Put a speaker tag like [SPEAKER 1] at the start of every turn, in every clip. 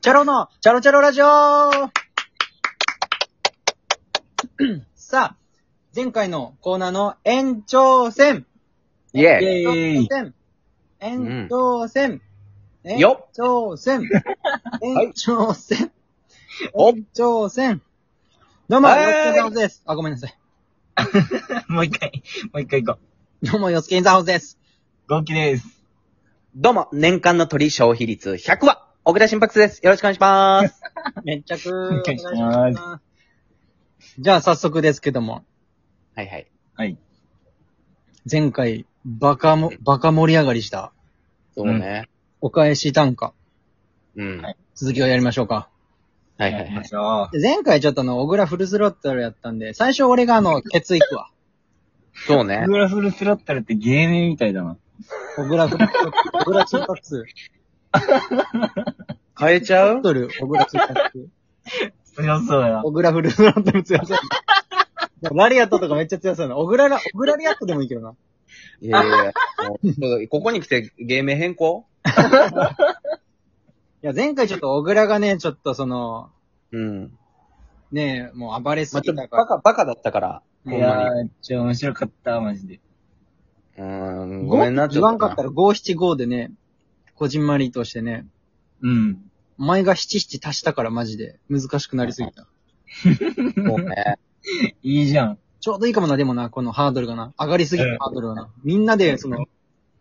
[SPEAKER 1] チャロの、チャロチャロラジオ さあ、前回のコーナーの延長戦
[SPEAKER 2] イェイ
[SPEAKER 1] 延長戦延長戦
[SPEAKER 2] ん
[SPEAKER 1] 延
[SPEAKER 2] よっ
[SPEAKER 1] 長 戦延長戦
[SPEAKER 2] お
[SPEAKER 1] 延長戦どうも、
[SPEAKER 2] は
[SPEAKER 1] よ
[SPEAKER 2] い
[SPEAKER 1] つけんざほずです。あ、ごめんなさい。
[SPEAKER 3] もう一回、もう一回行こう。
[SPEAKER 1] どうも、よつけんざほずです。
[SPEAKER 3] ゴキです。
[SPEAKER 2] どうも、年間の鳥消費率100は、小倉新白です。よろしくお願いし ます。
[SPEAKER 1] めっちゃく
[SPEAKER 3] お願いしま
[SPEAKER 1] じゃあ、早速ですけども、
[SPEAKER 2] はいはい。
[SPEAKER 3] はい。
[SPEAKER 1] 前回、バカも、バカ盛り上がりした、
[SPEAKER 2] そうね。
[SPEAKER 1] お返し単価、
[SPEAKER 2] うん。は
[SPEAKER 3] はいい
[SPEAKER 1] 続きをやりましょうか。
[SPEAKER 2] はいは
[SPEAKER 3] 行きま
[SPEAKER 2] い。
[SPEAKER 3] しょ
[SPEAKER 1] で前回ちょっとあの、小倉フルスロットルやったんで、最初俺があの、ケツ行くわ。
[SPEAKER 2] そう
[SPEAKER 3] う。
[SPEAKER 2] ね
[SPEAKER 3] フ。ラフルスロッタルって芸名みたいだな。
[SPEAKER 1] 小倉フルスロットル、小倉中核ス
[SPEAKER 2] 変えちゃう
[SPEAKER 1] トル、小倉中核ス
[SPEAKER 3] 強そうだな。
[SPEAKER 1] 小倉フルスロットル強そう。ラリアットとかめっちゃ強そうな。小倉ラ、小倉リアットでもいいけどな。
[SPEAKER 2] いやいやいやもうここに来て芸名変更
[SPEAKER 1] いや、前回ちょっと小倉がね、ちょっとその、
[SPEAKER 2] うん。
[SPEAKER 1] ねえ、もう暴れす
[SPEAKER 2] まあ、ちょ
[SPEAKER 1] ぎ
[SPEAKER 2] っと
[SPEAKER 1] た
[SPEAKER 2] バ
[SPEAKER 1] か
[SPEAKER 2] カ、バカだったから。
[SPEAKER 1] う
[SPEAKER 3] い
[SPEAKER 1] ん
[SPEAKER 2] ほんま
[SPEAKER 3] やー、ちょ、面白かった、マジで。
[SPEAKER 2] に。うん。
[SPEAKER 1] ら。
[SPEAKER 2] ごめんな、
[SPEAKER 1] 言わんかった
[SPEAKER 2] ら。
[SPEAKER 1] ら575でね、こじんまりとしてね、
[SPEAKER 3] うん。
[SPEAKER 1] お前が77足したからマジで難しくなりすぎた。
[SPEAKER 2] そうね。
[SPEAKER 3] いいじゃん。
[SPEAKER 1] ちょうどいいかもな、でもな、このハードルがな。上がりすぎた
[SPEAKER 3] うん
[SPEAKER 1] ハードルがな。みんなで、その、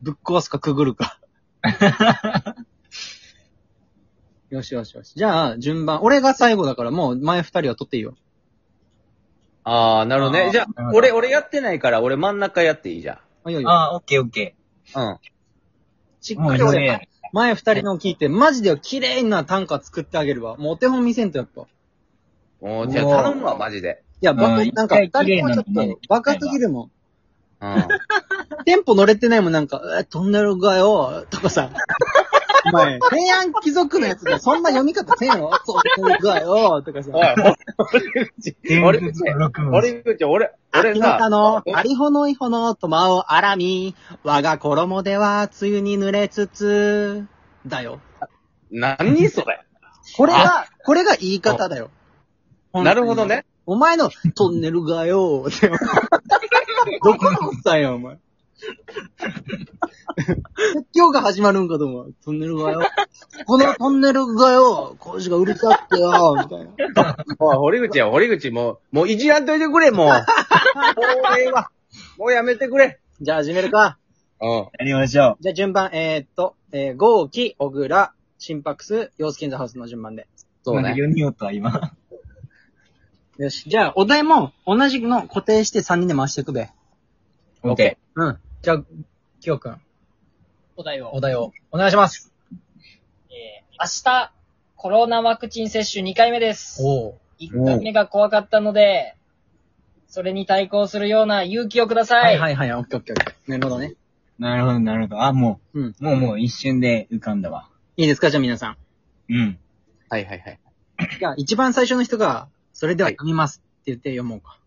[SPEAKER 1] ぶっ壊すかくぐる か。よしよしよし。じゃあ、順番。俺が最後だから、もう前二人は取っていいよ。
[SPEAKER 2] あー、なるほど
[SPEAKER 3] あ
[SPEAKER 2] ね。
[SPEAKER 3] ー
[SPEAKER 2] じゃ
[SPEAKER 3] なる
[SPEAKER 2] あ
[SPEAKER 3] ほ、ど
[SPEAKER 2] 俺、俺やってないから、俺真ん中やっていいじゃ
[SPEAKER 1] あ、いいよいいよ。
[SPEAKER 3] あー、オッケーオッケ
[SPEAKER 2] ん。うん。
[SPEAKER 1] しっ
[SPEAKER 3] ー。も
[SPEAKER 1] か
[SPEAKER 3] う
[SPEAKER 1] り
[SPEAKER 3] 余裕
[SPEAKER 1] 俺、
[SPEAKER 3] や。
[SPEAKER 1] 前二人のを聞いて、マジで綺麗な短歌作ってあげるわ。もうお手本見せんとやっぱ。い
[SPEAKER 2] もう、じゃあ頼むわ、マジで。
[SPEAKER 1] や、バカ、
[SPEAKER 3] うん
[SPEAKER 1] なんか二
[SPEAKER 3] 一回綺
[SPEAKER 1] 人
[SPEAKER 3] 麗
[SPEAKER 1] も
[SPEAKER 3] な
[SPEAKER 1] ち
[SPEAKER 3] の
[SPEAKER 1] ょっと、バカすぎるもん。
[SPEAKER 2] うん。
[SPEAKER 1] テンポ乗れてないもん、なんか、えトンネルがよ、とかさ。お前、平安貴族のやつがそんな読み方せんよ、トンネルがよ、とかさ。
[SPEAKER 2] おい、俺口、
[SPEAKER 3] 伝
[SPEAKER 2] 俺
[SPEAKER 3] 説
[SPEAKER 2] 口、
[SPEAKER 3] の六文字。
[SPEAKER 2] 俺口、俺、
[SPEAKER 1] あ
[SPEAKER 2] 俺
[SPEAKER 1] きの
[SPEAKER 2] さ
[SPEAKER 1] た、の、ありほのいほの、とまをあらみ、我が衣では、梅雨に濡れつつ、だよ。
[SPEAKER 2] 何それ。
[SPEAKER 1] これが、これが言い方だよ。
[SPEAKER 2] なるほどね。
[SPEAKER 1] お前の、トンネルが よ、って。どこのおっさんや、お前。今日が始まるんかと思う。トンネルがよ。このトンネルがよ、工事がうるさくてよ、みたいな。
[SPEAKER 2] おい、堀口や、堀口、もう、もういじらんといてくれ、 もう。もうええわ。もうやめてくれ。
[SPEAKER 1] じゃあ始めるか。
[SPEAKER 2] うん。
[SPEAKER 3] やりましょ
[SPEAKER 1] じゃあ順番、えー、っと、えー、ゴーキ、小倉、心拍数、陽介インザハウスの順番で。
[SPEAKER 3] う。
[SPEAKER 2] そう
[SPEAKER 3] なん
[SPEAKER 2] ね
[SPEAKER 3] か。4人おった、今。
[SPEAKER 1] よし。じゃあ、お題も同じの固定して3人で回していくべ。
[SPEAKER 2] オッケ
[SPEAKER 1] うん。じゃあ、きよくん、
[SPEAKER 4] お題を。
[SPEAKER 1] お題をお願いします。
[SPEAKER 4] えー明日、コロナワクチン接種2回目です。
[SPEAKER 1] おお。
[SPEAKER 4] 1回目が怖かったので、それに対抗するような勇気をくださ。
[SPEAKER 1] はいいはいはい、オッケーオッケーオッケー。なるほどね。
[SPEAKER 3] なるほど、なるほど。あ、も
[SPEAKER 1] うん。
[SPEAKER 3] う、もうもう一瞬で浮かんだわ。
[SPEAKER 1] いいですかじゃあ皆さん。
[SPEAKER 3] うん。
[SPEAKER 2] ー。はいはいはい。
[SPEAKER 1] じゃあ、一番最初の人が、それでは読みますって言って読もうか。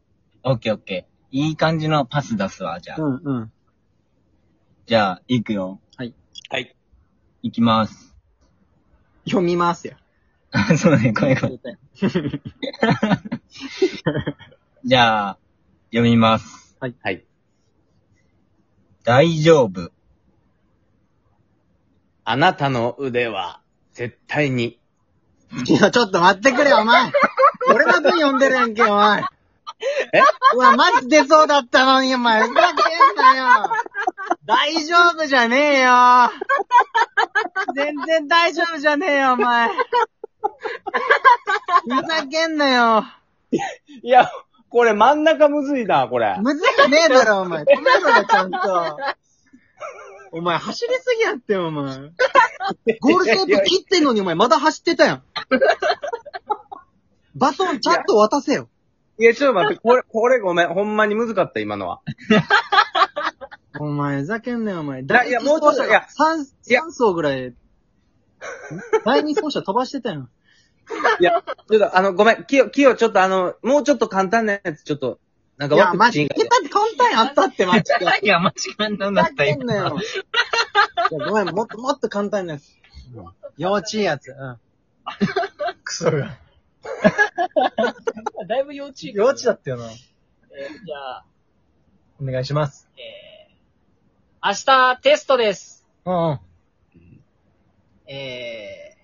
[SPEAKER 3] オッケーオッケー。いい感じのパス出すわ、じゃあ。
[SPEAKER 1] うんうん。
[SPEAKER 3] じゃあ、行くよ。
[SPEAKER 2] はい。
[SPEAKER 3] 行きます。
[SPEAKER 1] 読みますよ。
[SPEAKER 3] あそうね、これこれ。じゃあ、読みます。
[SPEAKER 2] はい。
[SPEAKER 3] 大丈夫。
[SPEAKER 2] あなたの腕は、絶対に。
[SPEAKER 1] いや、ちょっと待ってくれよ、お前。俺の分読んでるやんけ、お前。
[SPEAKER 2] え
[SPEAKER 1] うわ、マジ出そうだったのに、お前、ふざけんなよ。大丈夫じゃねえよ。全然大丈夫じゃねえよ、お前。ふざけんなよ。
[SPEAKER 2] いや、これ真ん中むずいな、これ。
[SPEAKER 1] むずくねえだろ、お 前。止めろよ、ちゃんと。お前、走りすぎやってよ、お前。ゴールテープ切ってんのに、お前、まだ走ってたやん。バトンちゃんと渡せよ。
[SPEAKER 2] いや、ちょっと待って、これ、これごめん。ほんまにむずかった、今のは。
[SPEAKER 1] お前、ふざけんなよ、お前。
[SPEAKER 2] やいやもうちょっといや
[SPEAKER 1] 三、
[SPEAKER 2] いや
[SPEAKER 1] 三層ぐらい。第二走者飛ばしてたやん。
[SPEAKER 2] いや、ちょっと、あの、ごめん。きよ、きよ、ちょっとあの、もうちょっと簡単なやつ、ちょっと、なん
[SPEAKER 1] い
[SPEAKER 2] か
[SPEAKER 1] や、
[SPEAKER 2] ワ
[SPEAKER 1] マ
[SPEAKER 2] ク
[SPEAKER 1] ジ、
[SPEAKER 2] チン
[SPEAKER 1] い
[SPEAKER 2] が。
[SPEAKER 1] けたって簡単やったって、マジで。
[SPEAKER 3] いや、間違えんな
[SPEAKER 1] ふ
[SPEAKER 3] な
[SPEAKER 1] ざ
[SPEAKER 3] った
[SPEAKER 1] けんな
[SPEAKER 3] 今。
[SPEAKER 1] よ。いやごめん、もっともっと簡単なやつ。幼稚いやつ。うん。クソが。
[SPEAKER 4] だいぶ幼稚園。
[SPEAKER 1] 幼稚だったよな。
[SPEAKER 4] えーじゃあ、
[SPEAKER 1] お願いします。
[SPEAKER 4] えー、明日テストです。
[SPEAKER 1] うんうん。
[SPEAKER 4] え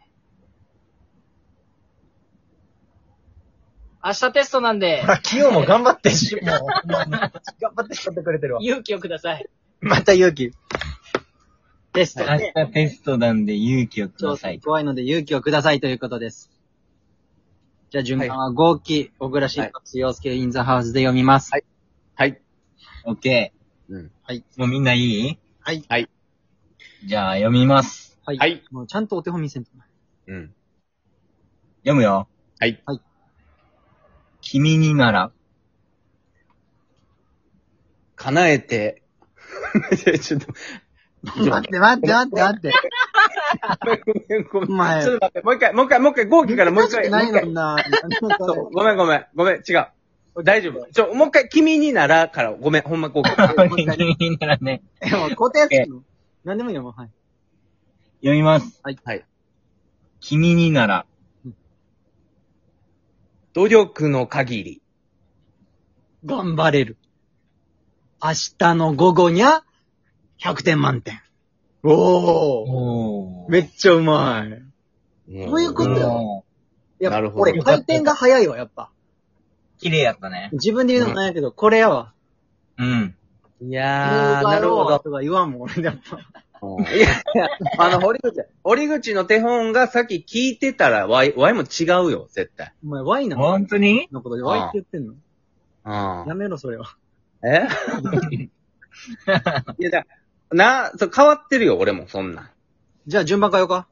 [SPEAKER 4] ー、明日テストなんで
[SPEAKER 1] ほ、ら、キヨも頑張ってし、もう、もう頑張ってしまってくれてるわ。
[SPEAKER 4] 勇気をください。
[SPEAKER 1] また勇気。テスト
[SPEAKER 3] 明
[SPEAKER 1] で、
[SPEAKER 3] 日テストなんで勇気をく
[SPEAKER 1] 調
[SPEAKER 3] だ
[SPEAKER 1] 査
[SPEAKER 3] さ
[SPEAKER 1] に
[SPEAKER 3] い。
[SPEAKER 1] 怖いので勇気をくださいということです。じゃあ順番は、豪気、小倉新発、陽介、インザハウスで読みます。
[SPEAKER 2] はいはい。
[SPEAKER 3] オッケ
[SPEAKER 2] うん。
[SPEAKER 3] ー。もうみんないい
[SPEAKER 1] はい。
[SPEAKER 2] はい。
[SPEAKER 3] じゃあ読みます。
[SPEAKER 1] はい。
[SPEAKER 2] はい
[SPEAKER 1] もうちゃんとお手本見せんとな。
[SPEAKER 2] うん。
[SPEAKER 3] 読むよ。
[SPEAKER 2] はい。
[SPEAKER 3] 君になら、
[SPEAKER 2] 叶えて。 ちょっと。
[SPEAKER 1] 待って待って待って待って。
[SPEAKER 2] ごめん ごめん。
[SPEAKER 1] お前
[SPEAKER 2] ちょっと待って、もう一回、もう一回、もう一回、号機からもう一回。
[SPEAKER 1] ない
[SPEAKER 2] もう一
[SPEAKER 1] の
[SPEAKER 2] 回
[SPEAKER 1] にな。
[SPEAKER 2] そうごめんごめん、ごめん、違う。大丈夫。ちょ、もう一回、君にならから、ごめん、ほんま、号 機。
[SPEAKER 1] もう一回
[SPEAKER 3] 君にならね。
[SPEAKER 1] え、もう固定するの。何でもいいよ、もう。はい。
[SPEAKER 3] 読みます。
[SPEAKER 2] はい。
[SPEAKER 3] 君になら、
[SPEAKER 2] 努力の限り。
[SPEAKER 1] 頑張れる。明日の午後にゃ、100点満点。おー。
[SPEAKER 3] お
[SPEAKER 1] めっちゃうまい。
[SPEAKER 2] ど
[SPEAKER 1] ういうことよやっぱ
[SPEAKER 2] なるほど
[SPEAKER 1] 俺、回転が早いわ、やっぱ。
[SPEAKER 3] 綺麗やったね。
[SPEAKER 1] 自分で言うのもないけど、これやわ。
[SPEAKER 3] うん。
[SPEAKER 2] いやー、なるほ ど。
[SPEAKER 1] とか言わんもん、俺でも。
[SPEAKER 2] いやいや、あの、堀口、堀口の手本がさっき聞いてたら、ワイ、ワイも違うよ、絶対。
[SPEAKER 1] お前、ワイナ
[SPEAKER 3] 本当に
[SPEAKER 1] のことでワイって言ってんの
[SPEAKER 2] うん
[SPEAKER 1] や。めろ、それは。
[SPEAKER 2] えいや、だな、そう、変わってるよ、俺も、そんなん。
[SPEAKER 1] じゃあ、順番変えようか。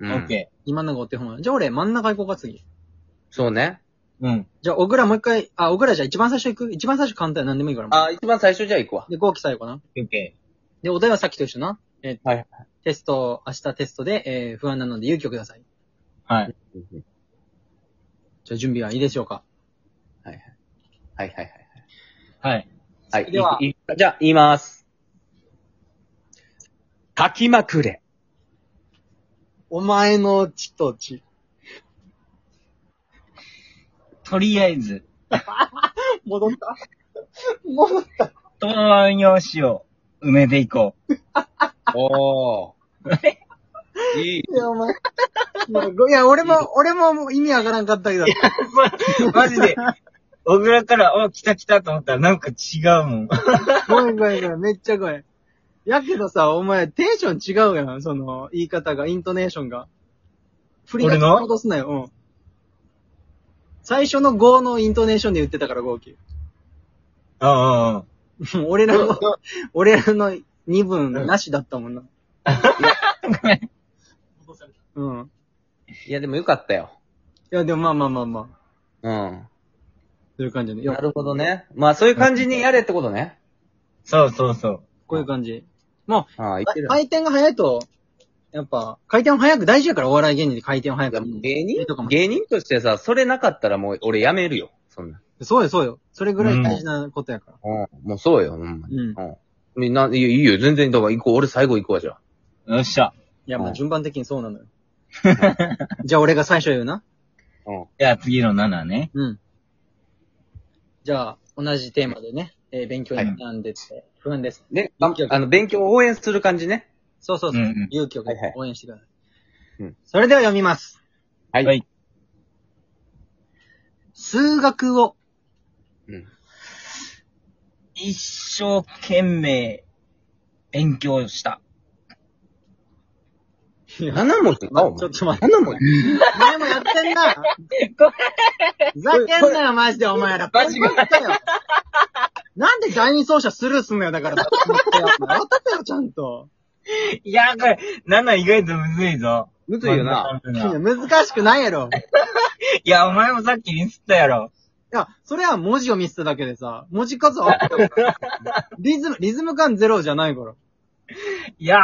[SPEAKER 3] オ
[SPEAKER 2] うん
[SPEAKER 3] ッケ
[SPEAKER 1] 今のがお手本や。じゃあ、俺、真ん中行こうか、次。
[SPEAKER 2] そうね。
[SPEAKER 3] ー。うん。
[SPEAKER 1] じゃあ、小倉もう一回、あ、小倉じゃあ一番最初行く一番最初簡単や。何でもいいから。もう
[SPEAKER 2] あ、一番最初じゃあ行くわ。
[SPEAKER 1] で、後期最後かな。
[SPEAKER 3] オッケ
[SPEAKER 1] で、お題はさっきと一緒な。えー
[SPEAKER 2] はいはい
[SPEAKER 1] テスト、明日テストで、えー、不安なので勇気をください。
[SPEAKER 3] ー。はい。
[SPEAKER 1] じゃあ、準備はいいでしょうか。
[SPEAKER 2] はいはいはい。
[SPEAKER 3] はい。
[SPEAKER 2] は。
[SPEAKER 1] それではい
[SPEAKER 2] いいじゃあ、言います。書きまくれ。
[SPEAKER 1] お前の血と血。
[SPEAKER 3] とりあえず、
[SPEAKER 1] 戻った戻った。
[SPEAKER 3] 東洋紙を埋めていこう。
[SPEAKER 2] おー。いい。
[SPEAKER 1] いや、お前。いや、俺も、俺ももう意味わからんかったけど。
[SPEAKER 3] マジで、小倉から、お、来た来たと思ったらなんか違うもん。
[SPEAKER 1] ごめんごめんごめん、めっちゃごめん。やけどさ、お前、テンション違うやん、その、言い方が、イントネーションが。振り
[SPEAKER 3] 俺の
[SPEAKER 1] 戻すなよ、うん。最初の5のイントネーションで言ってたから、号泣。
[SPEAKER 3] うんうんうん。
[SPEAKER 1] もう 俺らの、俺らの2分なしだったもんな。うん。
[SPEAKER 2] いや、でもよかったよ。
[SPEAKER 1] いや、でもまあまあまあまあ、
[SPEAKER 2] うん。
[SPEAKER 1] そういう感じで。い
[SPEAKER 2] な
[SPEAKER 1] や、
[SPEAKER 2] るほどね。まあ、そういう感じにやれってことね。
[SPEAKER 3] そうそうそう。
[SPEAKER 1] こういう感じ。
[SPEAKER 2] ああ、言ってる。
[SPEAKER 1] 回転が速いと、やっぱ、回転も速く大事やから、お笑い芸人で回転を速
[SPEAKER 2] いや
[SPEAKER 1] く。
[SPEAKER 2] 芸人
[SPEAKER 1] とかも
[SPEAKER 2] 芸人としてさ、それなかったらもう俺やめるよ。そんな。
[SPEAKER 1] そうよ、そうよ。それぐらい大事なことやから。
[SPEAKER 2] うん。もうそうよ、ほんまに。
[SPEAKER 1] うん。
[SPEAKER 2] みんな、いいよいいよ、全然、だから行こう。俺最後行こうじゃあ。
[SPEAKER 3] よっしゃ。
[SPEAKER 1] いや、ま
[SPEAKER 2] う
[SPEAKER 1] あ
[SPEAKER 2] ん
[SPEAKER 1] 順番的にそうなのよ。じゃあ俺が最初言うな。
[SPEAKER 3] じゃあ次の7ね。
[SPEAKER 1] うん。じゃあ、同じテーマでね、えー勉強に学んでって、不安です。
[SPEAKER 2] で、ああの、勉強を応援する感じね。
[SPEAKER 1] そうそうそう。
[SPEAKER 3] うんうん
[SPEAKER 1] 勇気を出して
[SPEAKER 2] はいはい
[SPEAKER 1] 応援してください。
[SPEAKER 2] うん
[SPEAKER 1] それでは読みます。
[SPEAKER 2] は
[SPEAKER 3] はい。
[SPEAKER 1] 数学を
[SPEAKER 2] うん。
[SPEAKER 3] 一生懸命、勉強した。
[SPEAKER 2] 7文字か、
[SPEAKER 1] ま
[SPEAKER 2] お
[SPEAKER 1] ちょ
[SPEAKER 2] 前
[SPEAKER 1] っ。と待って。
[SPEAKER 2] 7文字
[SPEAKER 1] お前もやってん な。ふざけんなよ、マジで、お前ら。
[SPEAKER 3] マジか
[SPEAKER 1] ポンコツだよなんで第二走者スルーすんのよ、だ から。笑ってよ、ちゃんと。
[SPEAKER 3] いや、これ、7意外とむずいぞ。
[SPEAKER 2] むずいよな。
[SPEAKER 3] 真ん
[SPEAKER 1] い
[SPEAKER 3] 中
[SPEAKER 1] や
[SPEAKER 3] の
[SPEAKER 1] 難しくないやろ。
[SPEAKER 3] いや、お前もさっきミスったやろ。
[SPEAKER 1] いや、それは文字を見せただけでさ、文字数はあったから。リズム、リズム感ゼロじゃないから。
[SPEAKER 3] いや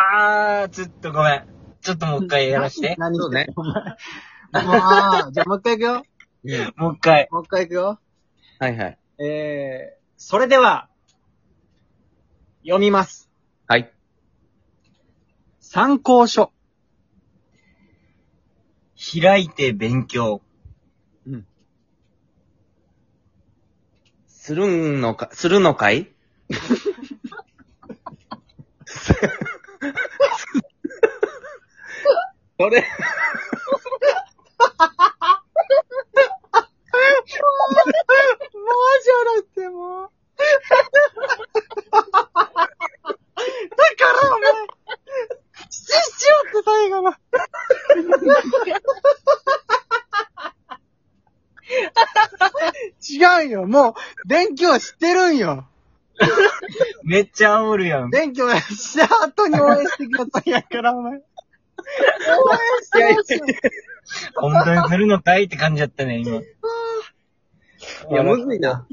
[SPEAKER 3] ー、ちょっとごめん。ちょっともう一回やらして。
[SPEAKER 1] 何
[SPEAKER 2] そうね。
[SPEAKER 1] お前まあ、じゃあもう一回行くよ。
[SPEAKER 2] うん
[SPEAKER 3] もう一回。
[SPEAKER 1] もう一回行くよ。
[SPEAKER 2] はいはい。
[SPEAKER 1] えー、それでは、読みます。
[SPEAKER 2] はい。
[SPEAKER 1] 参考書。
[SPEAKER 3] 開いて勉強。
[SPEAKER 2] するんのか、するのか いそれ、
[SPEAKER 1] もうじゃなくてもう。だからお前、失神しようって最後の。違うよ、もう、勉強してるんよ。
[SPEAKER 3] めっちゃ煽るやん。
[SPEAKER 1] 勉強した後に応援してくださいやから、お前。応援してほしい。
[SPEAKER 3] 本当にするのかいって感じだったね、今。
[SPEAKER 2] いや、むずいな。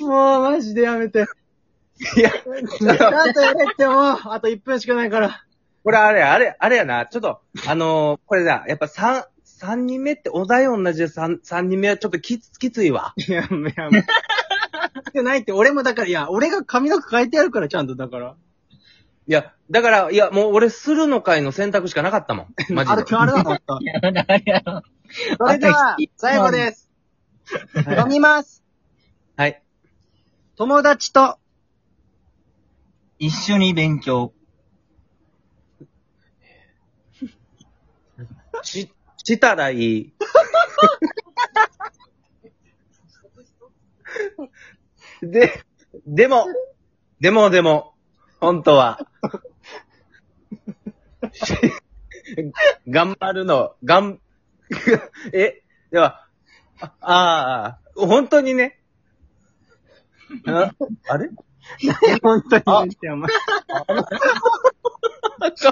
[SPEAKER 1] もうマジでやめて。
[SPEAKER 2] いや、
[SPEAKER 1] なんとやれってもう、あと1分しかないから。
[SPEAKER 2] これあれ、あれ、あれやな。ちょっと、あのーこれだ、やっぱ三、三人目ってお題同じで三、三人目はちょっときつ、きついわ。
[SPEAKER 1] いや、いや、もう。してないって、俺もだから、いや、俺が髪の毛変えてやるから、ちゃんとだから。
[SPEAKER 2] いや、だから、いや、もう俺するの会の選択しかなかったもん。マジ
[SPEAKER 1] あ
[SPEAKER 2] で
[SPEAKER 1] れ、。今日あれだと思った。それでは、最後です。飲みます。
[SPEAKER 2] はい。
[SPEAKER 1] 友達 と、
[SPEAKER 3] 一緒に勉強。
[SPEAKER 2] し、したらいい。 で、でも、でもでも、本当は。 し頑 張るの、がん、え、では、ああー、本当にね。ああれ
[SPEAKER 1] 本当に言って、お前。